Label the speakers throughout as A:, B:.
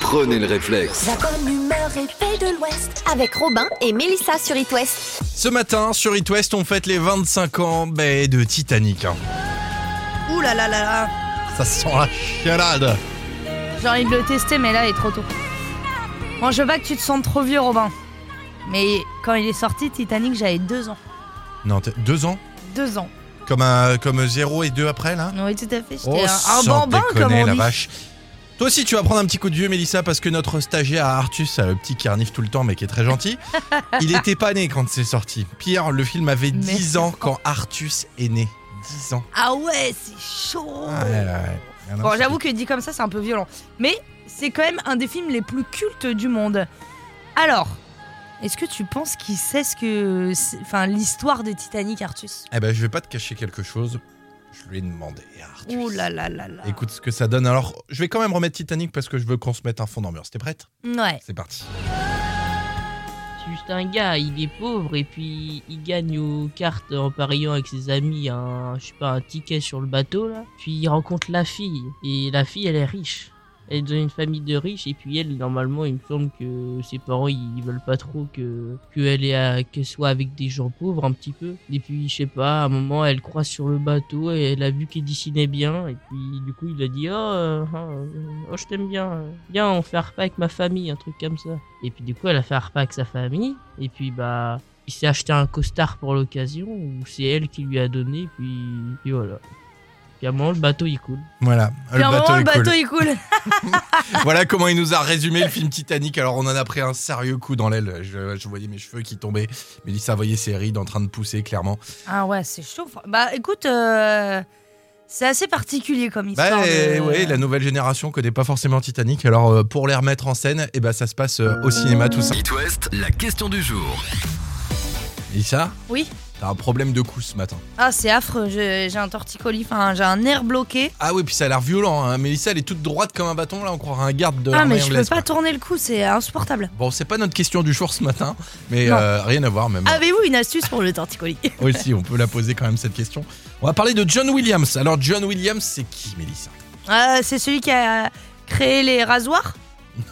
A: Prenez le réflexe.
B: La bonne humeur est faite de l'Ouest avec Robin et Mélissa sur It West.
C: Ce matin, sur It West, on fête les 25 ans ben, de Titanic. hein.
D: Ouh là là là là
C: Ça sent la chialade.
D: J'ai envie de le tester, mais là, il est trop tôt. Bon, je veux pas que tu te sentes trop vieux, Robin. Mais quand il est sorti, Titanic, j'avais deux ans.
C: Non, t'es- deux ans
D: Deux ans.
C: Comme, un, comme zéro et deux après, là
D: Oui, tout à fait. J'étais
C: Oh,
D: un, un
C: sans
D: bambin,
C: déconner,
D: comme on
C: la
D: dit.
C: vache. Toi aussi, tu vas prendre un petit coup de vieux, Mélissa, parce que notre stagiaire Artus, euh, le petit qui renifle tout le temps, mais qui est très gentil, il était pas né quand c'est sorti. Pire, le film avait
D: Mais
C: 10 ans quand Artus est né. 10 ans.
D: Ah ouais, c'est chaud.
C: Ouais, ouais, ouais. Ah non,
D: Oh. Bon,
C: c'est-
D: j'avoue que dit comme ça, c'est un peu violent. Mais c'est quand même un des films les plus cultes du monde. Alors, est-ce que tu penses qu'il sait ce que. c'est- Enfin, l'histoire de Titanic, Artus
C: Eh ben, je vais pas te cacher quelque chose. Je lui ai demandé, Artus.
D: Ouh là là là là.
C: Écoute ce que ça donne. Alors, je vais quand même remettre Titanic parce que je veux qu'on se mette un fond d'ambiance. T'es prête
D: Ouais.
C: C'est parti.
E: C'est juste un gars, il est pauvre et puis il gagne aux cartes en pariant avec ses amis un, je sais pas, un ticket sur le bateau là. Puis il rencontre la fille et la fille elle est riche. Elle est dans une famille de riches et puis elle normalement il me semble que ses parents ils veulent pas trop que qu'elle est à- que soit avec des gens pauvres un petit peu. Et puis je sais pas, à un moment elle croise sur le bateau et elle a vu qu'il dessinait bien et puis du coup il a dit oh, euh, euh, oh, je t'aime bien, euh. viens on fait un repas avec ma famille, un truc comme ça. Et puis du coup, elle a fait un repas avec sa famille. Et puis bah, il s'est acheté un costard pour l'occasion. Ou c'est elle qui lui a donné. Puis, puis voilà. Puis à un moment, le bateau il coule.
C: Voilà.
D: Puis à un moment, le
C: est cool.
D: bateau, il coule.
C: Voilà comment il nous a résumé le film Titanic. Alors, on en a pris un sérieux coup dans l'aile. Je, je voyais mes cheveux qui tombaient. Mélissa voyait ses rides en train de pousser, clairement.
D: Ah ouais, c'est chaud. Bah écoute, euh, c'est assez particulier comme
C: Bah,
D: histoire. de-
C: ouais, la nouvelle génération connaît pas forcément Titanic. Alors, euh, pour les remettre en scène, eh ben, ça se passe euh, au cinéma, tout ça.
A: It West, la question du jour.
C: Mélissa
D: Oui.
C: T'as un problème de cou ce matin.
D: Ah c'est affreux, Je- j'ai un torticolis, enfin j'ai un nerf bloqué.
C: Ah oui, puis ça a l'air violent. hein. Mélissa, elle est toute droite comme un bâton. Là, Euh, on croirait un garde de
D: ah
C: l'armée
D: mais je peux
C: anglaise,
D: pas
C: quoi.
D: tourner le cou, c'est insupportable.
C: Bon, c'est pas notre question du jour ce matin, mais
D: Non. Ah
C: euh, rien à voir même.
D: Avez-vous une astuce pour le torticolis
C: Aussi, on peut la poser quand même cette question. On va parler de John Williams. Alors, John Williams, c'est qui, Mélissa
D: Ah, C'est celui qui a créé les rasoirs.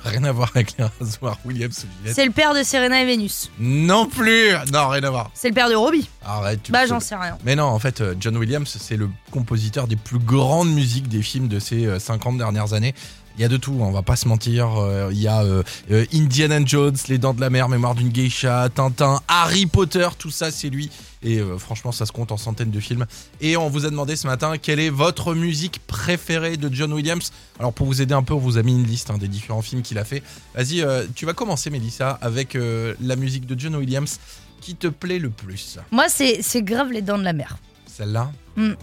C: Rien à voir avec les rasoirs Williams ou Gillette.
D: C'est le père de Serena et Vénus.
C: Non plus Non, rien à voir.
D: C'est le père de Robbie.
C: Arrête, tu me
D: Bah
C: saoules.
D: j'en sais rien.
C: Mais non, en fait, euh, John Williams, c'est le compositeur des plus grandes musiques des films de ces euh, 50 dernières années. Il y a de tout, hein, on va pas se mentir. Euh, Il y a euh, euh, Indiana Jones, Les Dents de la Mer, Mémoire d'une Geisha, Tintin, Harry Potter, tout ça, c'est lui. Et euh, franchement, ça se compte en centaines de films. Et on vous a demandé ce matin quelle est votre musique préférée de John Williams. Alors pour vous aider un peu, on vous a mis une liste hein, des différents films qu'il a fait. Vas-y, euh, tu vas commencer, Mélissa, avec euh, la musique de John Williams qui te plaît le plus.
D: Moi c'est c'est grave les dents de la mer.
C: Celle-là
D: Hmm.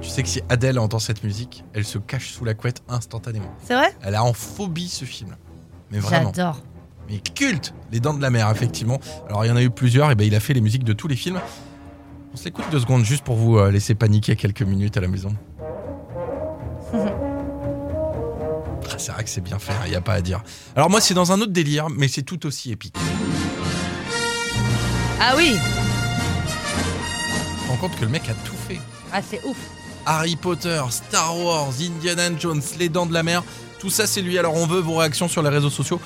C: Tu sais que si Adèle entend cette musique, elle se cache sous la couette instantanément.
D: C'est vrai
C: Elle a en phobie ce film. Mais vraiment.
D: J'adore.
C: Mais culte Les Dents de la Mer, effectivement. Alors il y en a eu plusieurs, et ben il a fait les musiques de tous les films. On s'écoute deux secondes juste pour vous euh, laisser paniquer quelques minutes à la maison. Ah, c'est vrai que c'est bien fait, il n'y a pas à dire. Alors moi c'est dans un autre délire, mais c'est tout aussi épique.
D: Ah oui
C: Tu te rends compte que le mec a tout fait.
D: Ah c'est ouf.
C: Harry Potter, Star Wars, Indiana Jones, Les Dents de la Mer, tout ça c'est lui. Alors on veut vos réactions sur les réseaux sociaux.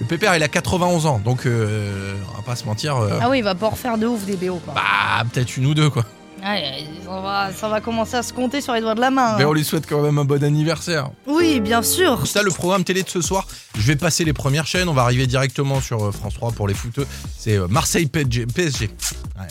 C: Le pépère il a 91 ans, donc euh, on va pas se mentir, euh,
D: Ah oui, il va pas refaire de ouf des BO quoi.
C: bah peut-être une ou deux quoi.
D: Ouais, ça va, ça va commencer à se compter sur les doigts de la main.
C: Mais
D: hein.
C: on lui souhaite quand même un bon anniversaire.
D: Oui, bien sûr.
C: Ça le programme télé de ce soir, je vais passer les premières chaînes, on va arriver directement sur euh, France 3 pour les footeux, c'est euh, Marseille PSG. PSG.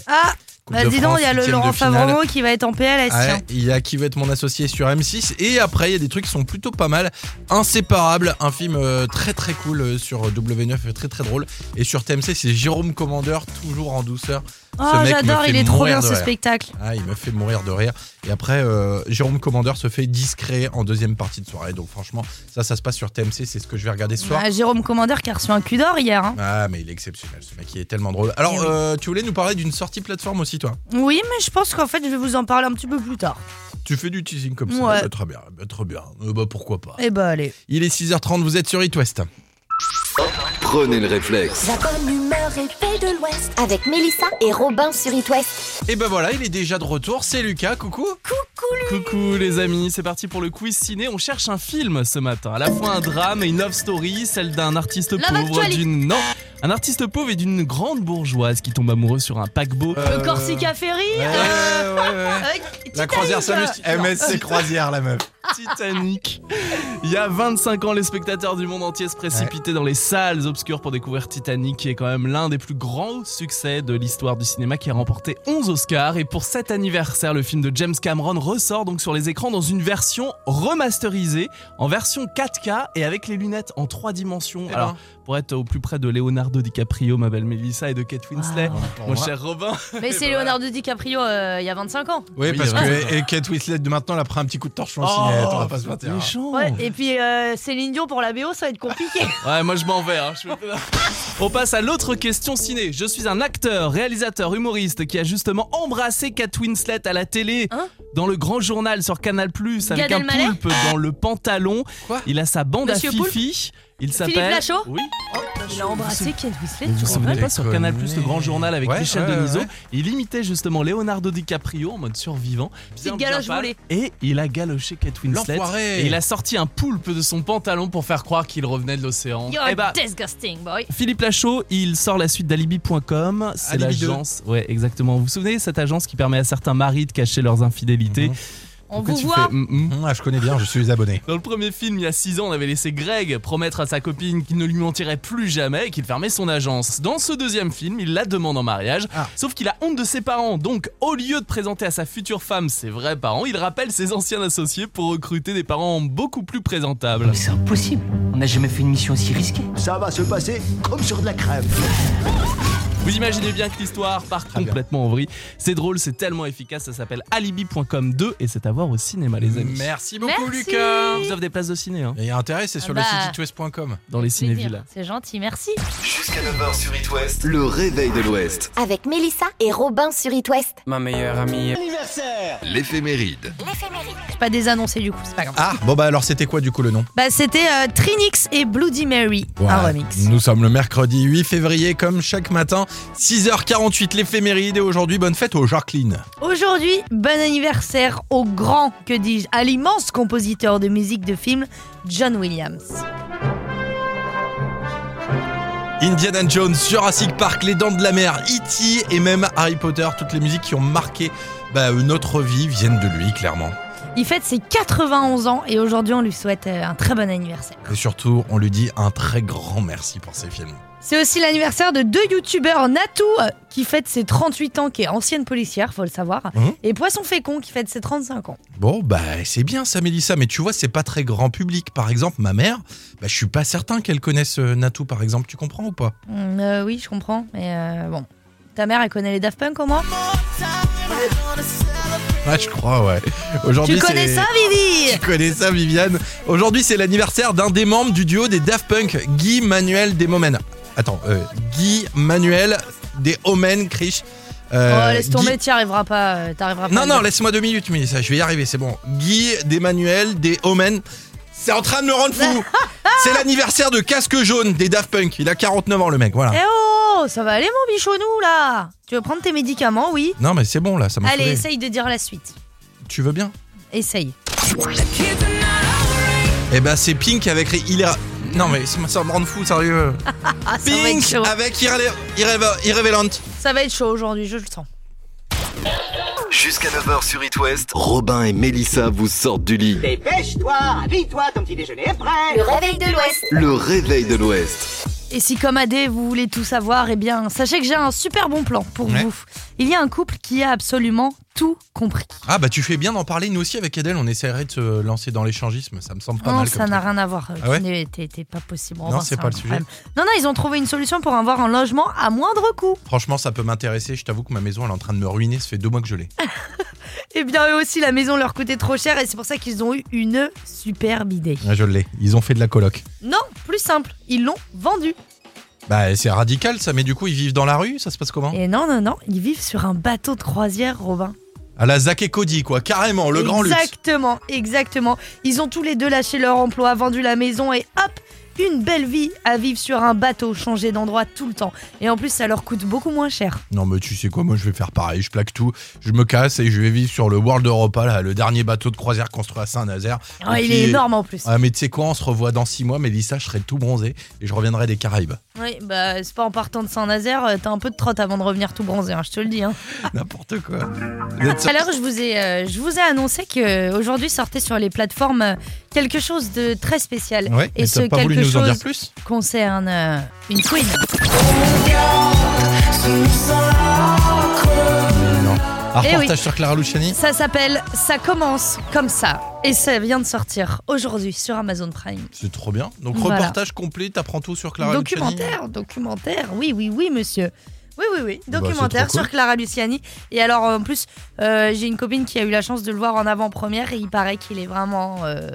D: Ah,
C: Coupe
D: bah
C: de
D: dis donc,
C: France,
D: il y a le
C: huitième de
D: Laurent
C: finale.
D: Favreau qui va être en PLS.
C: Ah Ouais,
D: tiens.
C: il y a qui veut être mon associé sur M6 et après il y a des trucs qui sont plutôt pas mal Inséparable un film euh, très très cool euh, sur W9 euh, très très drôle et sur TMC c'est Jérôme Commandeur toujours en douceur
D: Oh,
C: mec me
D: j'adore,
C: fait
D: il est trop
C: mourir
D: bien
C: de
D: ce
C: rire.
D: spectacle.
C: ah, il me fait mourir de rire et après euh, Jérôme Commandeur se fait discret en deuxième partie de soirée donc franchement ça ça se passe sur TMC c'est ce que je vais regarder ce soir
D: Ah, Jérôme Commandeur qui a reçu un cul d'or hier. hein.
C: ah mais il est exceptionnel ce mec il est tellement drôle alors
D: Eh oui.
C: euh, tu voulais nous parler d'une sortie plateforme aussi toi
D: Oui, mais je pense qu'en fait, je vais vous en parler un petit peu plus tard.
C: tu fais du teasing comme ça
D: Ouais.
C: Bah, très bien
D: ben,
C: bah, très bien Euh, bah pourquoi pas
D: Eh bah, allez.
C: il est 6h30 vous êtes sur It West
A: Prenez le réflexe.
B: La bonne humeur est faite de l'Ouest avec Mélissa et Robin sur It West.
C: Et ben voilà, il est déjà de retour. C'est Lucas, coucou.
F: Coucou les amis, c'est parti pour le quiz ciné. On cherche un film ce matin, à la fois un drame et une love story, celle d'un artiste
D: Love
F: pauvre,
D: Actually.
F: d'une non, un artiste pauvre et d'une grande bourgeoise qui tombe amoureuse sur un paquebot.
D: Le Euh, Corsica Ferry
C: Ouais,
D: euh,
C: ouais, ouais, ouais.
D: euh,
C: La
D: Titanic,
C: croisière
D: euh,
C: s'amuse.
D: non.
C: MSC Eh, croisière, la meuf.
F: Titanic. Il y a 25 ans, les spectateurs du monde entier se précipitaient dans les salles obscures pour découvrir Titanic, qui est quand même l'un des plus grands succès de l'histoire du cinéma, qui a remporté 11 Oscars. Et pour cet anniversaire, le film de James Cameron ressort donc sur les écrans dans une version remasterisée, en version 4K et avec les lunettes en 3
C: Eh
F: dimensions. Alors,
C: ben.
F: pour être au plus près de Leonardo DiCaprio, ma belle Melissa, et de Kate Winslet,
C: Ah,
F: mon cher Robin.
D: Mais c'est Leonardo DiCaprio euh, il y a 25 ans.
C: Oui,
F: Oui,
C: parce
F: il y a
C: que
F: raison.
C: et Kate Winslet de maintenant, elle a pris un petit coup de torchon
F: Oh,
C: aussi. On va pas se mentir. hein.
F: méchant.
C: Oh.
D: Ouais, et puis euh, Céline Dion pour la BO, ça va être compliqué.
F: Ouais, moi je m'en vais. hein, je peux pas. On passe à l'autre question ciné. Je suis un acteur, réalisateur, humoriste qui a justement embrassé Cat Winslet à la télé,
D: Hein
F: dans le grand journal sur Canal Plus, avec
D: Gad
F: un
D: Elmaleh
F: poulpe dans le pantalon.
C: Quoi
F: Il a sa bande
D: Monsieur
F: à Fifi. Il s'appelle.
D: Lachaud
F: Oui.
C: Oh,
D: Il a embrassé Kate Winslet.
F: Vous vous
D: tu vois
F: souvenez
D: pas
F: pas sur
C: déconnez.
F: Canal Plus, le grand journal avec
C: Ouais,
F: Michel
C: ouais,
F: Denisot
C: ouais.
F: Il imitait justement Leonardo DiCaprio en mode survivant. Bien, bien
D: galoche
F: pâle.
D: volée.
F: Et il a galoché Cat Winslet.
C: L'enfoiré
F: Et il a sorti un poulpe de son pantalon pour faire croire qu'il revenait de l'océan.
D: You're
F: Eh
C: ben.
F: bah,
D: disgusting, boy.
F: Philippe Lachaud, il sort la suite d'Alibi.com. C'est
C: Alibi deux.
F: l'agence. Ouais, exactement. Vous vous souvenez, cette agence qui permet à certains maris de cacher leurs infidélités.
C: Mhm.
D: On
F: Pourquoi
D: vous
F: tu
D: voit.
F: fais, mhm
C: Mmh, ah, je connais bien, je suis abonné.
F: Dans le premier film, il y a 6 ans, on avait laissé Greg promettre à sa copine qu'il ne lui mentirait plus jamais et qu'il fermait son agence. Dans ce deuxième film, il la demande en mariage,
C: Ah.
F: sauf qu'il a honte de ses parents. Donc, au lieu de présenter à sa future femme ses vrais parents, il rappelle ses anciens associés pour recruter des parents beaucoup plus présentables.
G: Mais c'est impossible. On n'a jamais fait une mission aussi risquée.
H: Ça va se passer comme sur de la crème.
F: Vous imaginez bien que l'histoire part
C: Très bien.
F: complètement en vrille. C'est drôle, c'est tellement efficace, ça s'appelle Alibi.com 2 et c'est à voir au cinéma les amis.
C: Merci
D: Merci.
F: On vous offre des places de ciné hein,
C: Il y a intérêt, c'est sur
D: Ah bah.
C: le site itwest.com.
F: dans les cinévilles.
D: Plaisir. C'est gentil, merci.
A: Jusqu'à 9h sur It West. Le réveil de l'Ouest.
B: Avec Mélissa et Robin sur It West.
G: Ma meilleure amie.
A: L'éphéméride.
D: Je pas désannoncer du coup, c'est pas grave.
C: Ah, bon bah alors c'était quoi du coup le nom
D: Bah c'était euh, Trinix et Bloody Mary, un
C: Voilà.
D: remix.
C: Nous sommes le mercredi 8 février, comme chaque matin, 6h48 l'éphéméride et aujourd'hui, bonne fête aux Jacqueline.
D: Aujourd'hui, bon anniversaire au grand, que dis-je, à l'immense compositeur de musique de film, John Williams.
C: Indiana Jones, Jurassic Park, Les Dents de la Mer, E E.T. et même Harry Potter, toutes les musiques qui ont marqué bah, euh, notre vie viennent de lui, clairement.
D: Il fête ses 91 ans et aujourd'hui on lui souhaite euh, un très bon anniversaire.
C: Et surtout, on lui dit un très grand merci pour ses films.
D: C'est aussi l'anniversaire de deux youtubeurs, Natou euh, qui fête ses 38 ans, qui est ancienne policière, faut le savoir,
C: Mhm.
D: et Poisson Fécond qui fête ses 35 ans.
C: Bon, bah c'est bien ça, Mélissa, mais tu vois, c'est pas très grand public. Par exemple, ma mère, bah, je suis pas certain qu'elle connaisse euh, Natou, par exemple, tu comprends ou pas
D: Mm, euh, oui, je comprends, mais euh, bon. Ta mère, elle connaît les Daft Punk au moins
C: Ouais, je crois, ouais.
D: Tu
C: Aujourd'hui,
D: connais
C: c'est-
D: ça, Vivi
C: Tu connais ça, Viviane Aujourd'hui, c'est l'anniversaire d'un des membres du duo des Daft Punk, Guy Manuel Desmomen. Attends, euh, Guy Manuel des Omen, Krish. Euh,
D: Oh, laisse
C: Guy-
D: tomber, t'y arriveras pas, euh, t'arriveras pas.
C: Non,
D: à
C: non,
D: dire.
C: laisse-moi deux minutes, mais ça, je vais y arriver, c'est bon. Guy d'Emmanuel des Omen. C'est en train de me rendre fou C'est l'anniversaire de Casque Jaune des Daft Punk. Il a 49 ans, le mec, voilà.
D: Eh oh, ça va aller, mon bichonou, là Tu veux prendre tes médicaments, oui
C: Non, mais c'est bon, là, ça m'a
D: Eh. Allez,
C: saoulé.
D: essaye de dire la suite.
C: Tu veux bien
D: Essaye.
C: Eh ben, c'est Pink avec... Il est... Non, mais ça ça me rend fou, sérieux.
D: Ah, ça va être
C: Pink
D: chaud.
C: avec Irrele- Irreve- Irrelevant.
D: Ça va être chaud aujourd'hui, je le sens.
A: Jusqu'à 9h sur It West. Robin et Mélissa vous sortent du lit.
I: Dépêche-toi, habille-toi, ton petit déjeuner est prêt.
B: Le réveil de l'Ouest.
A: Le réveil de l'Ouest.
D: Et si comme AD vous voulez tout savoir, eh bien sachez que j'ai un super bon plan pour
C: Ouais.
D: vous. Il y a un couple qui a absolument tout compris.
C: Ah bah tu fais bien d'en parler, nous aussi avec Adèle on essaierait de se lancer dans l'échangisme, ça me semble pas
D: non,
C: mal
D: ça
C: comme
D: n'a
C: truc.
D: rien à voir.
C: Ah ouais
D: T'es- t'es- t'es pas possible.
C: Non,
D: Robin,
C: c'est pas le sujet.
D: incroyable. Non, non, ils ont trouvé une solution pour avoir un logement à moindre coût.
C: Franchement ça peut m'intéresser, je t'avoue que ma maison elle est en train de me ruiner, ça fait deux mois que je l'ai.
D: Eh bien eux aussi, la maison leur coûtait trop cher et c'est pour ça qu'ils ont eu une superbe idée.
C: Ouais, Ah, je l'ai, ils ont fait de la coloc.
D: Non, plus simple, ils l'ont vendue.
C: Bah c'est radical ça, mais du coup ils vivent dans la rue, ça se passe comment
D: Et non, non, non, ils vivent sur un bateau de croisière, Robin.
C: À la Zach et Cody quoi, carrément, le grand luxe.
D: Exactement, exactement. Ils ont tous les deux lâché leur emploi, vendu la maison et hop, une belle vie à vivre sur un bateau, changer d'endroit tout le temps. Et en plus, ça leur coûte beaucoup moins cher.
C: Non, mais tu sais quoi, moi je vais faire pareil. Je plaque tout, je me casse et je vais vivre sur le World Europa, là, le dernier bateau de croisière construit à Saint-Nazaire.
D: Ah,
C: Et
D: il
C: puis-
D: est énorme en plus.
C: Ah, mais tu sais quoi, on se revoit dans 6 mois, Mélissa, je serai tout bronzé et je reviendrai des Caraïbes.
D: Oui, bah c'est pas en partant de Saint-Nazaire, euh, t'as un peu de trotte avant de revenir tout bronzé, hein, je te le dis. Hein.
C: N'importe quoi.
D: Tout à l'heure, je vous ai, euh, je vous ai annoncé que euh, aujourd'hui sortait sur les plateformes euh, quelque chose de très spécial.
C: Ouais,
D: Et
C: mais
D: ce
C: t'as pas voulu
D: quelque
C: nous en dire
D: chose-
C: plus
D: concerne euh, une queen.
C: Un
D: Eh
C: reportage sur Clara Luciani
D: Ça s'appelle Ça commence comme ça. Et ça vient de sortir aujourd'hui sur Amazon Prime.
C: C'est trop bien. Donc
D: Voilà.
C: reportage complet, t'apprends tout sur Clara Luciani.
D: documentaire, documentaire. Oui, oui, oui, monsieur. Oui, oui, oui.
C: Bah,
D: Documentaire
C: c'est trop
D: sur
C: cool.
D: Clara Luciani. Et alors, en plus, euh, j'ai une copine qui a eu la chance de le voir en avant-première et il paraît qu'il est vraiment euh,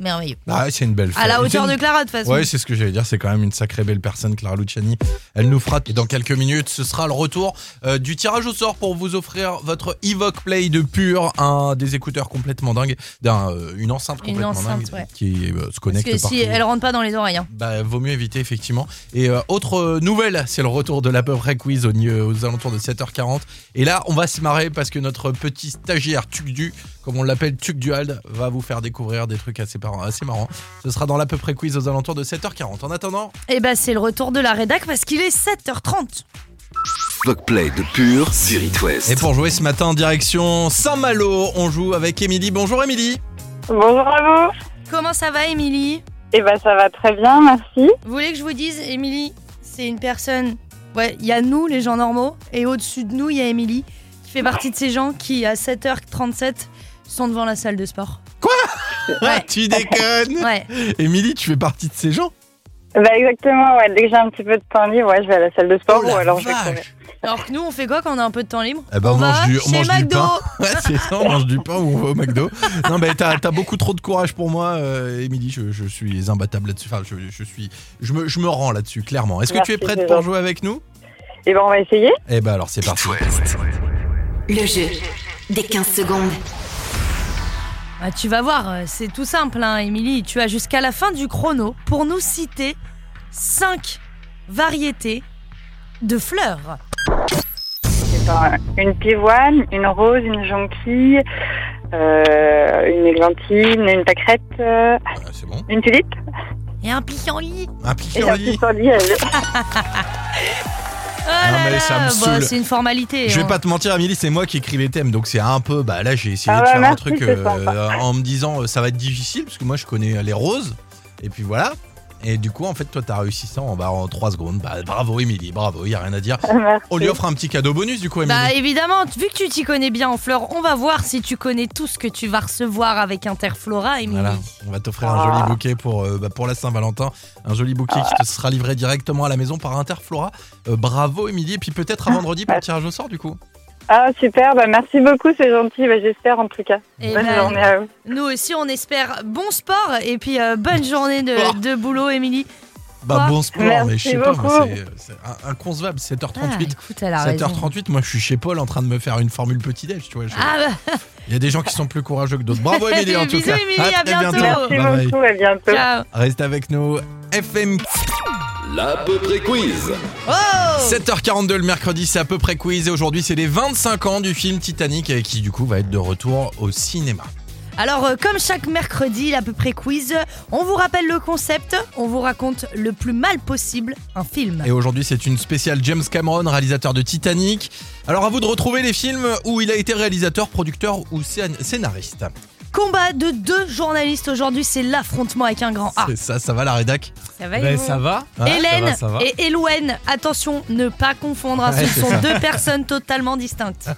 D: merveilleux.
C: Ah, c'est une belle
D: à la
C: femme.
D: hauteur
C: C'est
D: de
C: une-
D: Clara, de toute façon.
C: Ouais, c'est ce que j'allais dire. C'est quand même une sacrée belle personne, Clara Luciani. Elle nous fera. Et dans quelques minutes, ce sera le retour euh, du tirage au sort pour vous offrir votre Evoque Play de Pure, un des écouteurs complètement dingue, d'un, euh, une enceinte
D: Une
C: complètement
D: enceinte,
C: dingue
D: ouais.
C: qui euh, se
D: Parce
C: connecte
D: que
C: partout.
D: si elle rentre pas dans les oreilles. hein.
C: Bah, vaut mieux éviter, effectivement. Et euh, autre euh, nouvelle, c'est le retour de l'à peu près quiz au ni- aux, alentours de 7h40. Et là, on va se marrer parce que notre petit stagiaire Tucdu, comme on l'appelle Tucduald, va vous faire découvrir des trucs assez, par- assez marrants. Ce sera dans l'à peu près quiz aux alentours de 7h40. En attendant,
D: Et bah, c'est le retour de la rédac parce qu'il est 7h30.
A: Block Play de Pure sur It West.
C: et pour jouer ce matin, direction Saint-Malo, on joue avec Émilie. Bonjour Émilie.
J: Bonjour à vous.
D: Comment ça va, Émilie
J: Eh ben ça va très bien, merci.
D: Vous voulez que je vous dise, Émilie, c'est une personne. Ouais, il y a nous, les gens normaux, et au-dessus de nous, il y a Émilie, qui fait partie de ces gens qui, à 7h37, sont devant la salle de sport.
C: Ah, tu déconnes
D: Ouais.
C: Émilie, tu fais partie de ces gens
J: Bah exactement, ouais, dès que j'ai un petit peu de temps libre, ouais, je vais à la salle de sport
C: Oh
J: ou
C: la
J: alors je vais
C: vache.
J: courir.
D: Alors que nous, on fait quoi quand on a un peu de temps libre
C: Eh ben, on
D: On
C: mange
D: va
C: du, on
D: chez
C: mange du
D: McDo.
C: pain. Ouais, c'est ça, on mange du pain ou on va au McDo. Non, mais t'as t'as beaucoup trop de courage pour moi, euh, Émilie. je, je suis imbattable là-dessus. Enfin, je, je suis, je, me, je me rends là-dessus, clairement. Est-ce que tu es
J: Merci,
C: prête
J: c'est
C: pour
J: gentil.
C: jouer avec nous
J: Eh ben on va essayer.
C: Eh ben, alors, c'est parti.
B: Le jeu des 15 secondes.
D: Ah, Tu vas voir, euh, c'est tout simple, hein, Émilie. Tu as jusqu'à la fin du chrono pour nous citer 5 variétés de fleurs.
J: Eh ben, une pivoine, une rose, une jonquille, euh, une églantine, une pâquerette, euh,
C: Voilà, c'est bon.
J: une tulipe
D: Et un pissenlit.
C: Un
J: et un petit
C: pissenlit.
J: sourdi.
D: Oh
C: Non,
D: là
C: Ah, mais ça
D: là,
C: me
D: bah,
C: saoule.
D: c'est une formalité.
C: Je vais
D: hein.
C: pas te mentir, Émilie, c'est moi qui écris les thèmes, donc c'est un peu. Bah là, j'ai essayé
J: Ah
C: de
J: ouais,
C: faire un
J: merci,
C: truc
J: c'est sympa.
C: en me disant euh, ça va être difficile parce que moi je connais euh, les roses et puis voilà. Et du coup, en fait, toi, t'as réussi ça en, bah, en 3 secondes. Bah, bravo, Émilie, bravo, y a rien à dire.
J: Merci.
C: On lui offre un petit cadeau bonus, du coup, Émilie.
D: Bah évidemment, vu que tu t'y connais bien en fleurs, on va voir si tu connais tout ce que tu vas recevoir avec Interflora, Émilie. Ah.
C: Voilà, on va t'offrir un joli bouquet pour, euh, bah, pour la Saint-Valentin. Un joli bouquet qui te sera livré directement à la maison par Interflora. Euh, bravo, Émilie. Et puis peut-être à
D: Ah.
C: vendredi pour le tirage au sort, du coup.
J: Ah super, bah merci beaucoup, c'est gentil, bah, j'espère en tout cas.
D: Et
J: Bonne
D: bah,
J: journée à vous.
D: nous aussi, on espère bon sport et puis euh, bonne journée de, de boulot, Émilie.
C: Bah, bon sport,
J: Merci
C: mais je sais pas,
J: beaucoup.
C: moi, c'est- c'est in- inconcevable. 7h38.
D: écoute, elle a Ah, raison.
C: 7h38, moi je suis chez Paul en train de me faire une formule petit-déj, tu vois. je-
D: Ah bah,
C: Il y a des gens qui sont plus courageux que d'autres. Bravo Émilie en tout
D: Bisous,
C: cas.
D: Émilie, à
C: très
D: bientôt.
J: Merci
C: Bye bye.
J: beaucoup, à bientôt.
D: bah, ciao.
C: Reste avec nous. FM
A: L'à peu près quiz.
D: Oh
C: 7h42 le mercredi, c'est à peu près quiz et aujourd'hui c'est les 25 ans du film Titanic et qui du coup va être de retour au cinéma.
D: Alors, euh, comme chaque mercredi, l'à peu près quiz, on vous rappelle le concept, on vous raconte le plus mal possible un film.
C: Et aujourd'hui c'est une spéciale James Cameron, réalisateur de Titanic. Alors à vous de retrouver les films où il a été réalisateur, producteur ou scén- scénariste.
D: Combat de deux journalistes aujourd'hui, c'est l'affrontement avec un grand A.
C: C'est ça, ça va la rédac
D: Ça
K: Bah,
D: va,
C: ben,
D: Yvon
F: Ah. va.
C: Ouais,
D: Hélène
F: ça va, ça va.
D: et Elouen, attention, ne pas confondre, hein,
C: Ouais,
D: ce
C: c'est
D: sont
C: ça.
D: deux personnes totalement distinctes.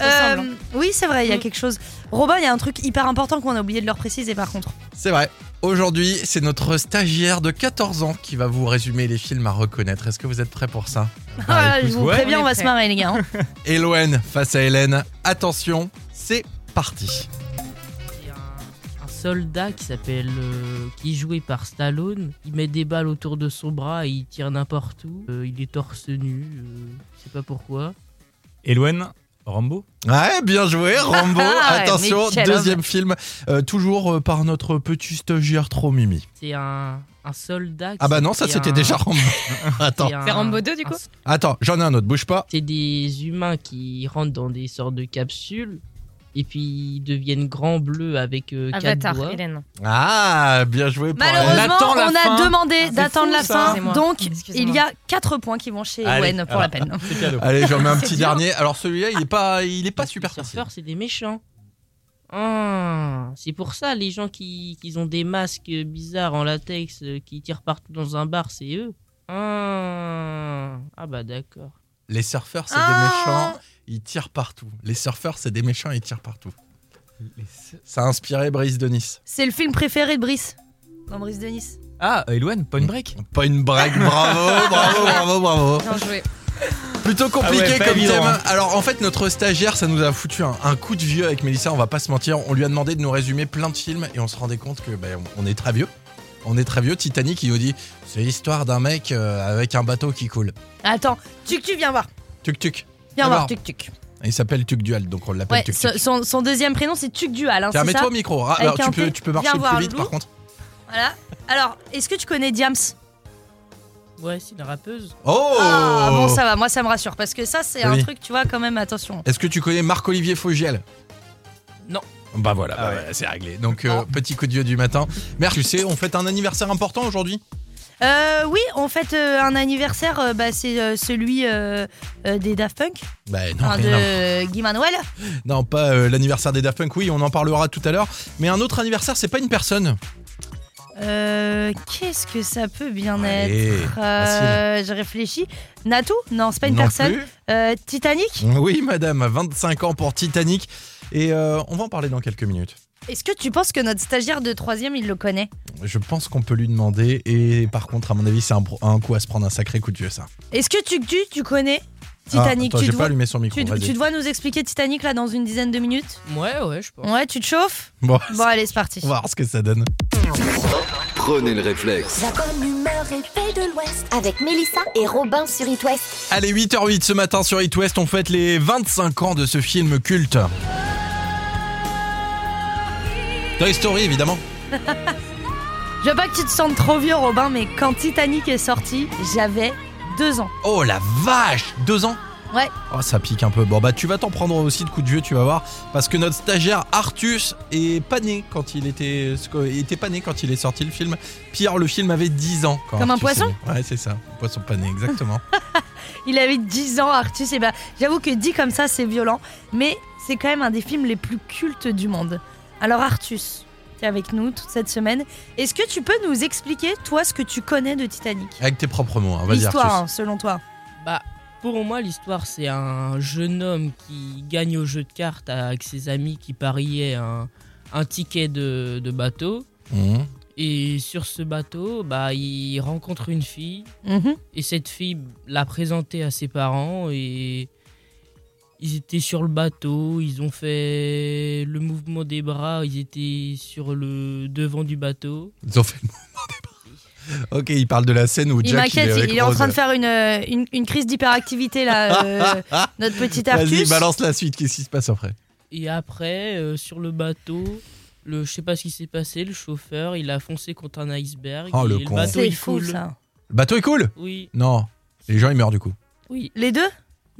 D: Euh, oui, c'est vrai, il y a quelque chose. Robin, il y a un truc hyper important qu'on a oublié de leur préciser par contre.
C: C'est vrai. Aujourd'hui c'est notre stagiaire de 14 ans qui va vous résumer les films à reconnaître. Est-ce que vous êtes prêts pour ça
F: Bah,
D: Ah,
C: écoute,
D: je vous
C: ouais.
D: préviens,
E: On
D: on,
E: est
D: va se
E: prêts.
D: marrer, les gars. hein.
C: Eloen face à Hélène, attention, c'est parti.
E: Il y a un- un soldat qui s'appelle euh, qui est joué par Stallone il met des balles autour de son bras et il tire n'importe où Euh, il est torse nu euh, je sais pas pourquoi
K: Eloen, Rambo
C: Ouais, bien joué, Rambo.
E: Ah ouais,
C: Attention,
E: mais quel
C: deuxième
E: homme.
C: film, euh, toujours euh, par notre petit stagiaire trop mimi.
E: C'est un, un soldat. qui
C: Ah bah non, ça
E: était
C: c'était
E: un-
C: déjà Rambo. Attends,
E: c'était un-
L: C'est Rambo 2 du coup
C: attends, j'en ai un autre, bouge pas.
E: C'est des humains qui rentrent dans des sortes de capsules et puis ils deviennent grands bleus avec euh,
L: Avatar,
E: quatre doigts.
L: Hélène.
C: Ah, bien joué. pour elle.
D: Malheureusement, on a demandé
L: C'est
D: d'attendre
L: fou,
D: la
L: ça.
D: fin.
L: Excusez-moi.
D: Donc,
L: Excusez-moi.
D: il y a 4 points qui vont chez
C: Allez,
D: Owen pour
C: alors,
D: la peine. hein.
K: C'est cadeau.
C: Allez, j'en mets un
D: C'est
C: petit
D: dur.
C: dernier. Alors celui-là, il est pas, il est pas super
E: Les
C: facile.
E: surfeurs, c'est des méchants. Ah, c'est pour ça, les gens qui, qui ont des masques bizarres en latex euh, qui tirent partout dans un bar, c'est eux. Ah, ah bah d'accord.
C: Les surfeurs, c'est des
E: Ah.
C: méchants. Ils tirent partout. Les surfeurs, c'est des méchants. Ils tirent partout. Ça a inspiré Brice de Nice.
D: C'est le film préféré de Brice. Dans Brice de Nice.
K: Ah, Eloane, Point Break
C: Pas une brague. Bravo, bravo, bravo, bravo.
L: Bien joué.
C: Plutôt compliqué
K: Ah ouais, pas
C: comme
K: évident,
C: thème.
K: hein.
C: Alors en fait notre stagiaire ça nous a foutu un, un coup de vieux avec Mélissa, on va pas se mentir. On lui a demandé de nous résumer plein de films et on se rendait compte que bah, on on est très vieux. On est très vieux. Titanic il nous dit c'est l'histoire d'un mec euh, avec un bateau qui coule.
D: Attends, Tuk Tuk, viens voir.
C: Tuk tuk.
D: Viens
C: Alors.
D: voir, Tuk Tuk.
C: Il s'appelle Tuk Dual donc on l'appelle
D: Ouais,
C: Tuk
D: son,
C: Tuk.
D: son- son deuxième prénom, c'est Tuk Dual. Hein,
C: Tiens,
D: c'est
C: mets-toi
D: ça
C: au micro. Ah,
D: Avec
C: alors, tu
D: un
C: peux,
D: thé.
C: tu peux marcher
D: Viens voir
C: plus vite
D: le
C: par
D: loup.
C: contre.
D: Voilà. Alors, est-ce que tu connais Diams
E: Ouais, c'est une rappeuse.
C: Oh
D: Ah, bon, ça va, moi ça me rassure. Parce que ça, c'est un
C: Oui.
D: truc, tu vois, quand même, attention.
C: Est-ce que tu connais Marc-Olivier Fogiel
E: Non.
C: Bah voilà,
K: Ah
C: bah
K: ouais.
C: voilà, c'est réglé. Donc euh,
D: Ah.
C: petit coup de vieux du matin. Merde, tu sais, on fête un anniversaire important aujourd'hui.
D: Euh, oui, on fête euh, un anniversaire, euh, bah, c'est euh, celui euh, euh, des Daft Punk,
C: Bah non,
D: enfin,
C: rien à voir.
D: de Guy Manuel.
C: Non, pas euh, l'anniversaire des Daft Punk, oui, on en parlera tout à l'heure. Mais un autre anniversaire, c'est pas une personne.
D: Euh, Qu'est-ce que ça peut bien
C: Allez,
D: être Euh, Je réfléchis. Natou Non, c'est pas une
C: Non
D: personne.
C: plus.
D: Euh, Titanic
C: Oui, madame, 25 ans pour Titanic. Et euh, on va en parler dans quelques minutes.
D: Est-ce que tu penses que notre stagiaire de 3 il le connaît
C: Je pense qu'on peut lui demander. Et par contre, à mon avis, c'est un, pro- un coup à se prendre un sacré coup de vieux, ça.
D: Est-ce que tu, tu, tu connais Titanic
C: Ah, attends,
D: tu,
C: j'ai pas
D: te vois-
C: allumé son micro.
D: tu,
C: vas-y.
D: tu te vois nous expliquer Titanic là dans une dizaine de minutes
E: Ouais, ouais, je pense.
D: Ouais, tu te chauffes
C: Bon,
D: Bon, allez, c'est parti.
C: on va voir ce que ça donne.
A: Prenez le réflexe.
B: La bonne humeur est faite de l'Ouest avec Mélissa et Robin sur It West.
C: Allez, 8h08 ce matin sur It West, on fête les 25 ans de ce film culte. Toy Story, évidemment.
D: Je veux pas que tu te sentes trop vieux, Robin, mais quand Titanic est sorti, j'avais deux ans.
C: Oh la vache Deux ans
D: Ouais.
C: Oh, ça pique un peu. Bon, bah, tu vas t'en prendre aussi de coups de vieux, tu vas voir. Parce que notre stagiaire Artus est pas né quand il était. il était pas né quand il est sorti le film. Pire, le film avait 10 ans. quand
D: Comme un
C: Artus est
D: poisson
C: né. Ouais, c'est ça. Un Poisson pané, exactement.
D: Il avait 10 ans, Artus. Et ben, j'avoue que dit comme ça, c'est violent. Mais c'est quand même un des films les plus cultes du monde. Alors, Artus, tu es avec nous toute cette semaine. Est-ce que tu peux nous expliquer, toi, ce que tu connais de Titanic
C: Avec tes propres mots, hein. vas-y
D: L'histoire,
C: Artus.
D: hein, selon toi.
E: Bah, pour moi, l'histoire, c'est un jeune homme qui gagne au jeu de cartes avec ses amis qui pariaient un, un ticket de, de bateau.
C: Mmh.
E: Et sur ce bateau, bah, il rencontre une fille.
D: Mhm.
E: Et cette fille l'a présentée à ses parents. Et ils étaient sur le bateau. Ils ont fait le mouvement des bras. Ils étaient sur le devant du bateau.
C: Ils ont fait le moment des Ok, il parle de la scène où
D: Il
C: Jack
D: m'inquiète,
C: avec
D: il, il est en
C: Rose.
D: train de faire une, euh, une, une crise d'hyperactivité, là, euh, notre petit Artus.
C: Ah, Vas-y, balance la suite, qu'est-ce qui se passe après
E: Et après, euh, sur le bateau, le, je sais pas ce qui s'est passé, le chauffeur, il a foncé contre un iceberg.
C: Oh,
E: et
C: le
E: le
C: con.
E: bateau,
D: C'est
E: il
D: fou,
E: coule.
D: ça.
C: Le bateau est cool
E: Oui,
C: Non, les gens ils meurent du coup.
E: oui.
D: Les deux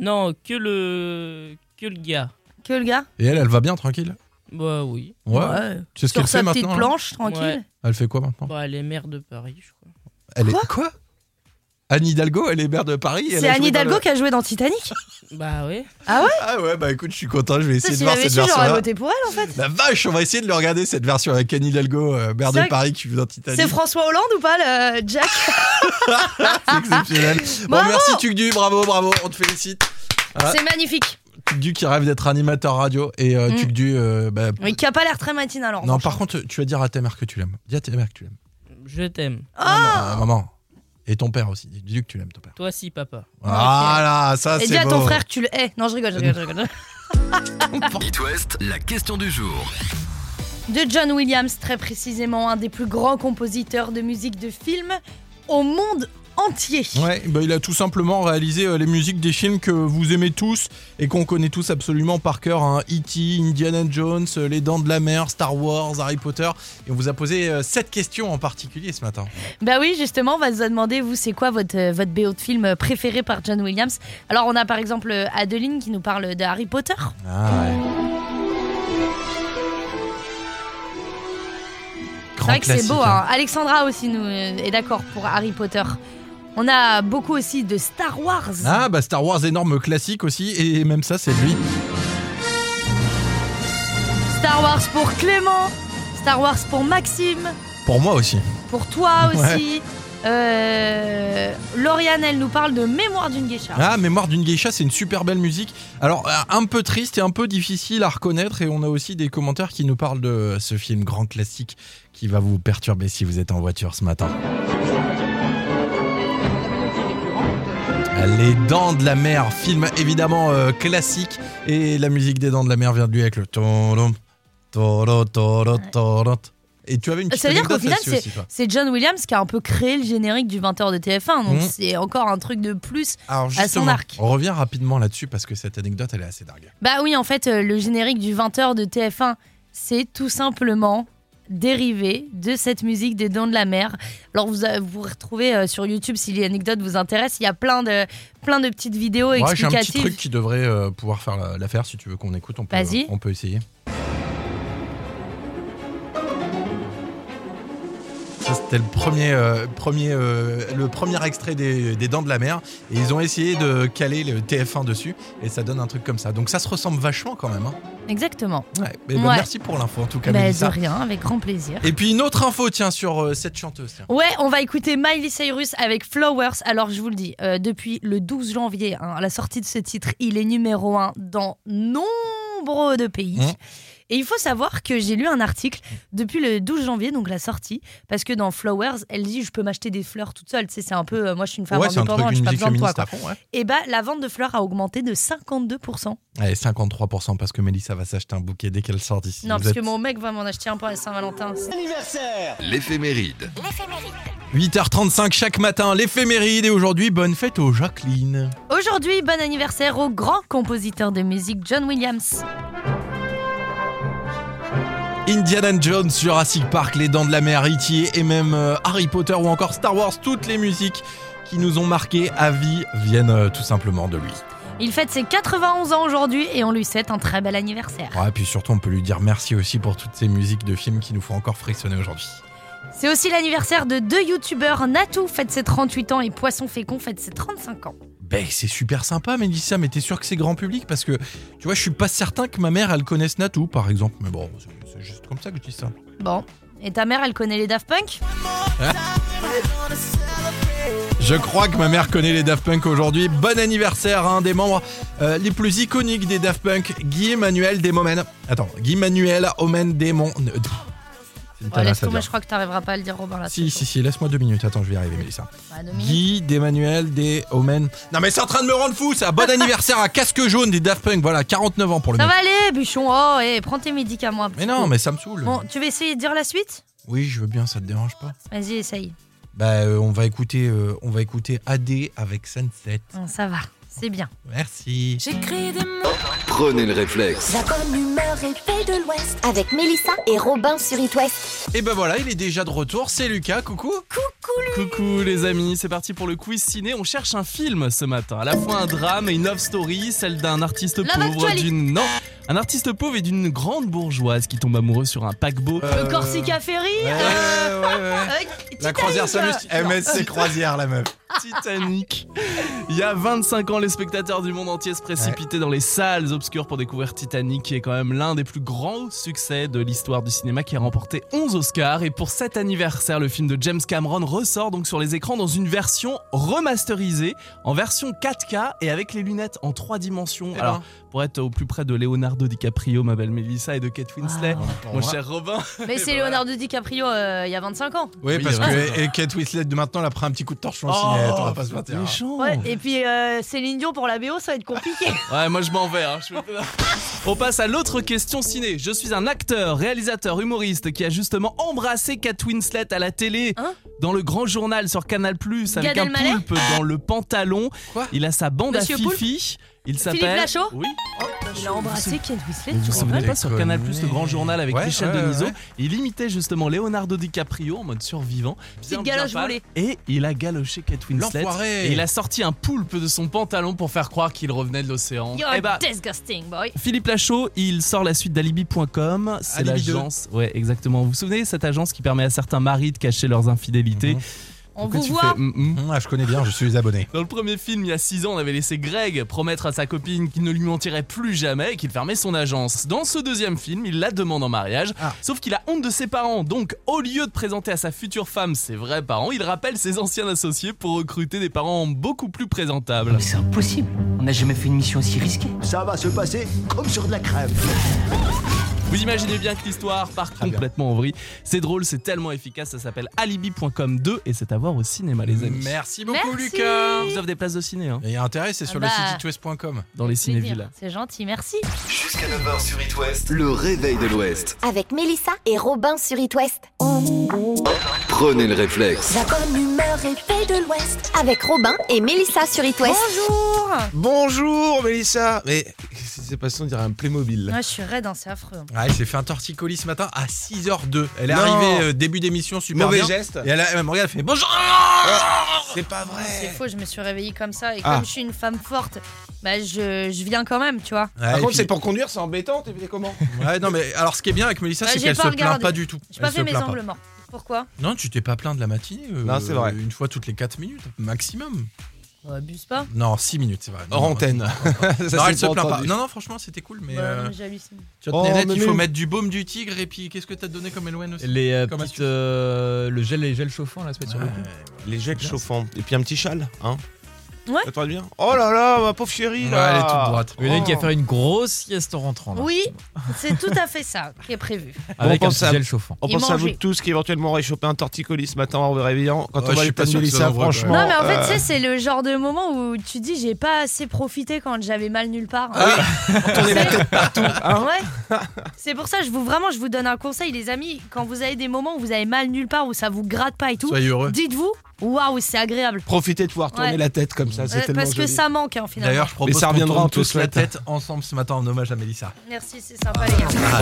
E: Non, que le, que le gars.
D: Que le gars
C: Et elle, elle va bien, tranquille
E: Bah oui.
C: Ouais. Tu sais ce qu'elle
D: Sur
C: fait
D: sa petite
C: maintenant hein. là
D: planche, tranquille.
E: Ouais.
C: Elle fait quoi maintenant
E: Bah, elle est maire de Paris, je crois.
C: Elle est quoi Anne Hidalgo, elle est maire de Paris. elle
D: C'est
C: a
D: Anne
C: joué dans le-
D: Hidalgo qui a joué dans Titanic.
E: Bah ouais.
C: Ah ouais, bah écoute, je suis content, je vais
D: Ça,
C: essayer
D: si
C: de voir
D: j'avais
C: cette
D: su, j'aurais
C: version-là.
D: voté pour elle en fait.
C: La vache, on va essayer de le regarder cette version avec Anne Hidalgo, euh, maire
D: C'est
C: de
D: vrai
C: Paris qui joue dans Titanic.
D: C'est François Hollande ou pas, le Jack
C: C'est exceptionnel. Bon,
D: Bravo
C: merci Tugdu, bravo, bravo, on te félicite. Ah.
D: C'est magnifique.
C: Tugdu qui rêve d'être animateur radio et euh,
D: Mm.
C: Tugdu, euh, bah,
D: Mais qui a pas l'air très matinal alors.
C: non, par contre, tu vas dire à ta mère que tu l'aimes. Dis à ta mère que tu l'aimes.
E: Je t'aime.
D: Ah.
C: Euh, maman. Et ton père aussi. Dis-lui que tu l'aimes, ton père.
E: Toi si, papa.
C: Voilà, ça c'est
D: Ah, Et dis à
C: beau.
D: ton frère que tu le hais. Non, je rigole, je rigole, je rigole.
A: It West, la question du jour.
C: Mm.
D: De John Williams, très précisément, un des plus grands compositeurs de musique de film au monde entier.
C: Ouais, bah, il a tout simplement réalisé euh, les musiques des films que vous aimez tous et qu'on connaît tous absolument par cœur. hein. E.T., Indiana Jones, euh, Les Dents de la Mer, Star Wars, Harry Potter. Et on vous a posé euh, cette question en particulier ce matin.
D: Bah oui, justement, on va vous demander, vous, c'est quoi votre, euh, votre BO de film préféré par John Williams Alors, on a par exemple euh, Adeline qui nous parle de Harry Potter. C'est vrai que c'est beau. hein. Alexandra aussi nous euh, est d'accord pour Harry Potter. On a beaucoup aussi de Star Wars.
C: Ah bah Star Wars énorme classique aussi et même ça c'est lui.
D: Star Wars pour Clément. Star Wars pour Maxime.
C: Pour moi aussi.
D: Pour toi aussi. Euh, Lauriane, elle nous parle de Mémoire d'une geisha.
C: Ah Mémoire d'une geisha c'est une super belle musique. Alors euh, un peu triste et un peu difficile à reconnaître et on a aussi des commentaires qui nous parlent de ce film grand classique qui va vous perturber si vous êtes en voiture ce matin. Les Dents de la Mer, film évidemment euh, classique et la musique des Dents de la Mer vient de lui avec le torom, toro, toro, toro. Et tu avais une petite
D: Ça veut dire qu'au
C: anecdote
D: final,
C: là-dessus aussi, toi.
D: C'est John Williams qui a un peu créé le générique du 20h de TF1, donc
C: Mhm.
D: c'est encore un truc de plus.
C: Alors
D: son
C: justement,
D: arc.
C: on revient rapidement là-dessus parce que cette anecdote elle est assez dingue.
D: Bah oui, en fait, euh, le générique du 20h de TF1, c'est tout simplement dérivé de cette musique des Dents de la Mer. Alors vous euh, vous retrouvez euh, sur YouTube si les anecdotes vous intéressent, il y a plein de, plein de petites vidéos
C: Moi j'ai un petit
D: explicatives.
C: truc qui devrait euh, pouvoir faire la- l'affaire si tu veux qu'on écoute, on peut,
D: Vas-y.
C: on peut essayer. Ça, C'était le premier, euh, premier, euh, le premier extrait des, des Dents de la Mer et ils ont essayé de caler le TF1 dessus et ça donne un truc comme ça. Donc ça se ressemble vachement quand même. hein.
D: Exactement.
C: Ouais, mais bah,
D: Ouais.
C: Merci pour l'info en tout cas.
D: Bah, de
C: Mélissa.
D: rien, avec grand plaisir.
C: Et puis une autre info tiens sur euh, cette chanteuse. tiens.
D: Ouais, on va écouter Miley Cyrus avec Flowers. Alors, je vous le dis, euh, depuis le 12 janvier, hein, à la sortie de ce titre, il est numéro 1 dans nombre de pays.
C: Mhm.
D: Et il faut savoir que j'ai lu un article depuis le 12 janvier, donc la sortie, parce que dans Flowers, elle dit Je peux m'acheter des fleurs toute seule. Tu sais, c'est un peu, euh, moi je suis une femme
C: Ouais c'est un truc
D: indépendante, je
C: une
D: pas
C: musique
D: besoin de toi.
C: féministe
D: Quoi.
C: à fond. Ouais.
D: Et bah, la vente de fleurs a augmenté de 52%.
C: Allez, 53% parce que Mélissa va s'acheter un bouquet dès qu'elle sort d'ici.
D: non,
C: Vous
D: parce que
C: êtes
D: mon mec va m'en acheter un pour la Saint-Valentin.
H: Anniversaire
A: L'éphéméride.
C: 8h35 chaque matin, l'éphéméride et aujourd'hui, bonne fête aux Jacqueline.
D: Aujourd'hui, bon anniversaire au grand compositeur de musique John Williams.
C: Indiana Jones, Jurassic Park, Les Dents de la Mer, E.T. et même euh, Harry Potter ou encore Star Wars, toutes les musiques qui nous ont marqué à vie viennent euh, tout simplement de lui.
D: Il fête ses 91 ans aujourd'hui et on lui souhaite un très bel anniversaire.
C: Ouais, puis surtout, on peut lui dire merci aussi pour toutes ces musiques de films qui nous font encore frissonner aujourd'hui.
D: C'est aussi l'anniversaire de deux youtubeurs, Natou fête ses 38 ans et Poisson Fécond fête ses 35 ans.
C: Ben, c'est super sympa, Mélissa, mais t'es sûr que c'est grand public Parce que, tu vois, je suis pas certain que ma mère, elle connaisse Natou, par exemple. Mais bon, c'est- c'est juste comme ça que je dis ça.
D: Bon. Et ta mère, elle connaît les Daft Punk
C: Je crois que ma mère connaît les Daft Punk aujourd'hui. Bon anniversaire à un des membres euh, les plus iconiques des Daft Punk, Guy Emmanuel Desmomen. Attends, Guy Emmanuel Omen Démon. ne- pff, c'est une
D: Ouais,
C: tanasse
D: Laisse
C: à
D: tomber,
C: dire.
D: je crois que t'arriveras pas à le dire, Robin. Là,
C: Si, si, si, laisse-moi deux minutes. Attends, je vais y arriver, Mélissa.
D: Bah, deux minutes.
C: Guy d'Emmanuel des Omen. Non, mais c'est en train de me rendre fou, ça. Bon anniversaire à Casque Jaune des Daft Punk. Voilà, 49 ans pour le
D: Ça
C: mec.
D: va aller, bûchon. Oh, et prends tes médicaments. un petit
C: Mais non,
D: peu.
C: mais ça me saoule.
D: Bon, tu veux essayer de dire la suite
C: Oui, je veux bien, ça te dérange pas.
D: Vas-y, essaye.
C: Bah, euh, on va écouter, euh, on va écouter AD avec Sunset.
D: Bon, ça va, c'est bien.
C: Merci.
B: J'écris des mots.
A: Prenez le réflexe.
B: La bonne humeur est paix de l'Ouest avec Mélissa et Robin sur It West.
C: Et ben voilà, il est déjà de retour. C'est Lucas. Coucou.
F: Coucou les amis, c'est parti pour le quiz ciné. On cherche un film ce matin. À la fois un drame et une love story, celle d'un artiste
D: Love
F: pauvre,
D: Actually.
F: d'une non, un artiste pauvre et d'une grande bourgeoise qui tombe amoureux sur un paquebot.
C: Euh,
D: Le Corsica Ferry
C: Ouais,
D: euh,
C: ouais, ouais.
D: euh,
C: La
D: Titanic,
C: croisière
D: euh,
C: s'amuse. MSC Eh, croisière, la meuf.
F: Titanic. Il y a 25 ans, les spectateurs du monde entier se précipitaient dans les salles obscures pour découvrir Titanic, qui est quand même l'un des plus grands succès de l'histoire du cinéma, qui a remporté 11 Oscars. Et pour cet anniversaire, le film de James Cameron ressort donc sur les écrans dans une version remasterisée, en version 4K et avec les lunettes en 3 dimensions.
C: Eh
F: Alors, pour être au plus près de Leonardo DiCaprio, ma belle Melissa, et de Kate Winslet,
C: Ah.
F: mon cher Robin.
D: Mais c'est Leonardo DiCaprio euh, il y a 25 ans.
C: Oui, Oh,
F: Oui,
C: parce
F: il a raison.
C: que et Kate Winslet de maintenant, elle a pris un petit coup de torchon aussi.
F: Oh,
C: on va pas se mentir. hein.
F: méchant.
D: Ouais, et puis euh, Céline Dion pour la BO, ça va être compliqué.
F: Ouais, moi je m'en vais. hein, je peux pas. On passe à l'autre question ciné. Je suis un acteur, réalisateur, humoriste qui a justement embrassé Cat Winslet à la télé.
D: Hein
F: dans le grand journal sur Canal Plus avec
D: Gad
F: un
D: Elmaleh
F: poulpe dans le pantalon.
C: Quoi
F: il a sa bande
D: Monsieur
F: à fifi. Il s'appelle.
D: Lachaud
F: Oui.
D: Il a embrassé Kate Winslet.
F: Vous
D: tu
F: vous
D: vois
F: souvenez
D: pas
F: pas sur Canal Plus le grand journal avec
C: Ouais,
F: Michel
C: ouais,
F: Denisot
C: ouais.
F: Il imitait justement Leonardo DiCaprio en mode survivant. Bien,
D: Petite
F: bien
D: galoche
F: pâle.
D: volée.
F: Et il a galoché Kate Winslet.
C: L'enfoiré
F: Et il a sorti un poulpe de son pantalon pour faire croire qu'il revenait de l'océan.
D: You're
F: Eh bah,
D: disgusting, boy.
F: Philippe Lachaud, il sort la suite d'Alibi.com. C'est
C: Alibi
F: l'agence. Ouais, exactement. Vous vous souvenez cette agence qui permet à certains maris de cacher leurs infidélités
C: Mhm.
D: On
F: Pourquoi
D: vous
F: tu
D: voit.
F: fais, hum, hum
C: Mmh, ah, je connais bien, je suis abonné.
F: Dans le premier film, il y a 6 ans, on avait laissé Greg promettre à sa copine qu'il ne lui mentirait plus jamais et qu'il fermait son agence. Dans ce deuxième film, il la demande en mariage,
C: Ah.
F: sauf qu'il a honte de ses parents. Donc, au lieu de présenter à sa future femme ses vrais parents, il rappelle ses anciens associés pour recruter des parents beaucoup plus présentables.
G: Mais c'est impossible. On n'a jamais fait une mission aussi risquée.
H: Ça va se passer comme sur de la crème.
F: Vous imaginez bien que l'histoire part
C: bien.
F: complètement en vrille. C'est drôle, c'est tellement efficace, ça s'appelle Alibi.com 2 et c'est à voir au cinéma, les amis.
C: Merci
D: Merci.
F: On vous offre des places de ciné, hein,
C: Il y a intérêt, c'est sur
D: Ah bah.
C: le site itwest.com.
F: dans les cinévilles.
D: Plaisir. C'est gentil, merci.
A: Jusqu'à 9h sur It West, le réveil de l'Ouest.
B: Avec Mélissa et Robin sur It West.
A: Prenez le réflexe.
B: La bonne humeur et paix de l'Ouest. Avec Robin et Mélissa sur It West.
D: Bonjour
K: Bonjour Mélissa Mais qu'est-ce qui s'est passé On dirait un Playmobil.
D: Moi, je suis raide, hein, c'est affreux.
C: Ah, elle s'est fait un torticolis ce matin à 6h02. Elle est
K: Non.
C: arrivée euh, début d'émission super
K: Mauvais
C: bien.
K: geste
C: Et elle, a- elle me regarde, elle fait bonjour.
K: C'est pas
D: C'est
K: vrai
D: faux, je me suis réveillée comme ça. Et
K: Ah.
D: comme je suis une femme forte, bah, je, je viens quand même, tu vois.
C: Ouais,
K: Par
C: et
K: contre,
C: puis-
K: c'est pour conduire, c'est embêtant, t'es t'es comment
C: Ouais, non, mais alors ce qui est bien avec Mélissa,
D: Ouais,
C: c'est
D: Bah, j'ai
C: qu'elle se
D: pas
C: plaint
D: regardé.
C: pas du tout.
D: J'ai pas
C: Elle
D: fait
C: se
D: mes
C: plaint pas.
D: angles morts. Pourquoi
C: Non, tu t'es pas plaint de la matinée. euh,
K: Non, c'est vrai.
C: Une fois toutes les 4 minutes, maximum.
D: On
F: Bah,
D: abuse pas.
C: Non, 6 minutes, c'est vrai.
K: Hors
C: Non,
K: antenne.
C: Non, elle se plaint pas. Non, non, franchement, c'était cool, mais.
D: Ouais,
C: euh,
D: non, mais j'hallucine.
C: Tu
K: Oh,
C: as net,
K: mais
C: il faut
K: mais-
C: mettre du baume du tigre et puis qu'est-ce que t'as donné comme Eloine aussi
L: Les euh,
C: Comme
L: petites,
C: astuce.
L: euh, le gel, les gels chauffants là, se mettre sur le
C: Ouais.
L: cou.
K: Les jets chauffants. Et puis un petit châle, hein
D: Ouais.
K: Ça te va bien Oh là là, ma pauvre chérie là
C: Ouais, elle est toute droite.
L: Il y en a une qui
K: Oh.
L: va faire une grosse sieste en rentrant. là.
D: Oui, c'est tout à fait ça qui est prévu.
F: Oh.
L: Avec
K: On
L: un
K: pense
L: petit
K: à-
L: gel chauffant.
K: On
D: Et
K: pense à vous
D: manger.
K: tous qui éventuellement auraient chopé un torticolis ce matin en vous réveillant. Quand
C: Ouais,
K: on
C: je
K: voit
C: suis
K: les
C: pas
K: tas de
C: sûr que ce
K: Mélissa,
C: soit vrai,
K: franchement.
D: Non, mais en fait,
K: euh,
D: tu sais, c'est le genre de moment où tu dis j'ai pas assez profité quand j'avais mal nulle part. hein.
K: tournez la tête partout. hein.
D: Ouais. C'est pour ça, je vous vraiment, je vous donne un conseil, les amis. Quand vous avez des moments où vous avez mal nulle part, où ça vous gratte pas et tout,
C: Soyez heureux.
D: dites-vous waouh, c'est agréable.
K: Profitez de pouvoir tourner
D: Ouais.
K: la tête comme ça, c'est
D: Ouais,
K: tellement
D: Parce que
K: joli.
D: ça manque hein, finalement.
C: D'ailleurs, je propose
K: ça
C: qu'on
K: reviendra
C: tourne
K: un peu
C: tous
K: ce
C: la
K: matin.
C: tête ensemble ce matin en hommage à Mélissa.
K: Ah,
D: Merci, c'est sympa les gars.